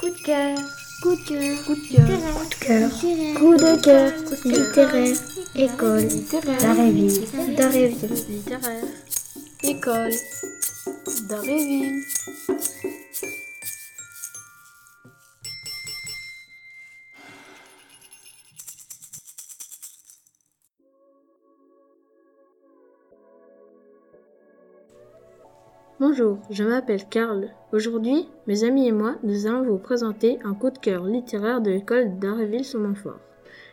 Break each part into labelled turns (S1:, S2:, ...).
S1: Coup de cœur.
S2: Coup de cœur.
S1: Coup de cœur.
S2: Coup de cœur.
S1: Coup de cœur.
S2: Littéraire. École. Daréville.
S1: Daréville.
S2: Littéraire.
S1: École. Daréville.
S3: Bonjour, je m'appelle Karl. Aujourd'hui, mes amis et moi, nous allons vous présenter un coup de cœur littéraire de l'école d'Arreville-Somanfort.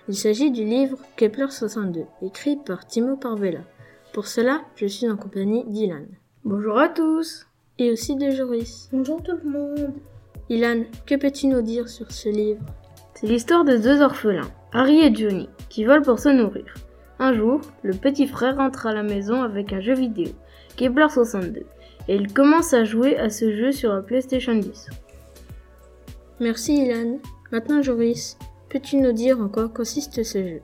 S3: Il s'agit du livre Kepler 62, écrit par Timo Parvella. Pour cela, je suis en compagnie d'Ilan.
S4: Bonjour à tous
S3: Et aussi de Joris.
S1: Bonjour tout le monde.
S3: Ilan, que peux-tu nous dire sur ce livre
S4: C'est l'histoire de deux orphelins, Harry et Johnny, qui volent pour se nourrir. Un jour, le petit frère rentre à la maison avec un jeu vidéo, Kepler 62, et il commence à jouer à ce jeu sur la PlayStation 10.
S3: Merci Ilan. Maintenant Joris, peux-tu nous dire en quoi consiste ce jeu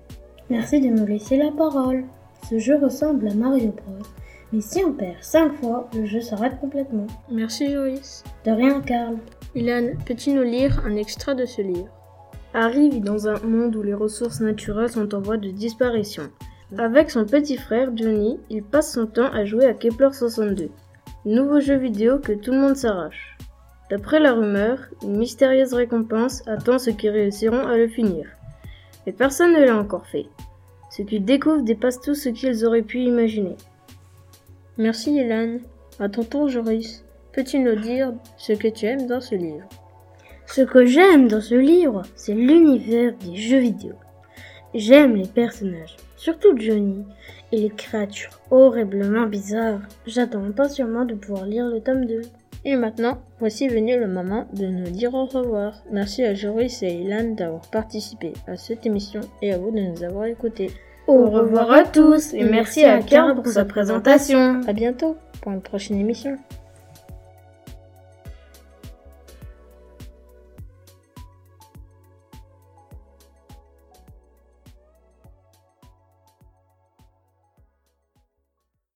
S1: Merci de me laisser la parole. Ce jeu ressemble à Mario Bros. Mais si on perd 5 fois, le jeu s'arrête complètement.
S3: Merci Joris.
S1: De rien, Karl.
S3: Ilan, peux-tu nous lire un extrait de ce livre
S4: Harry vit dans un monde où les ressources naturelles sont en voie de disparition. Avec son petit frère Johnny, il passe son temps à jouer à Kepler 62, nouveau jeu vidéo que tout le monde s'arrache. D'après la rumeur, une mystérieuse récompense attend ceux qui réussiront à le finir. Mais personne ne l'a encore fait. Ce qu'ils découvrent dépasse tout ce qu'ils auraient pu imaginer.
S3: Merci Ilan. À ton tour Joris, peux-tu nous dire ce que tu aimes dans ce livre
S2: Ce que j'aime dans ce livre, c'est l'univers des jeux vidéo. J'aime les personnages, surtout Johnny, et les créatures horriblement bizarres. J'attends impatiemment de pouvoir lire le tome 2.
S3: Et maintenant, voici venu le moment de nous dire au revoir. Merci à Joris et Ilan d'avoir participé à cette émission et à vous de nous avoir écoutés.
S4: Au revoir à tous et merci à Karl pour sa présentation.
S3: À bientôt pour une prochaine émission.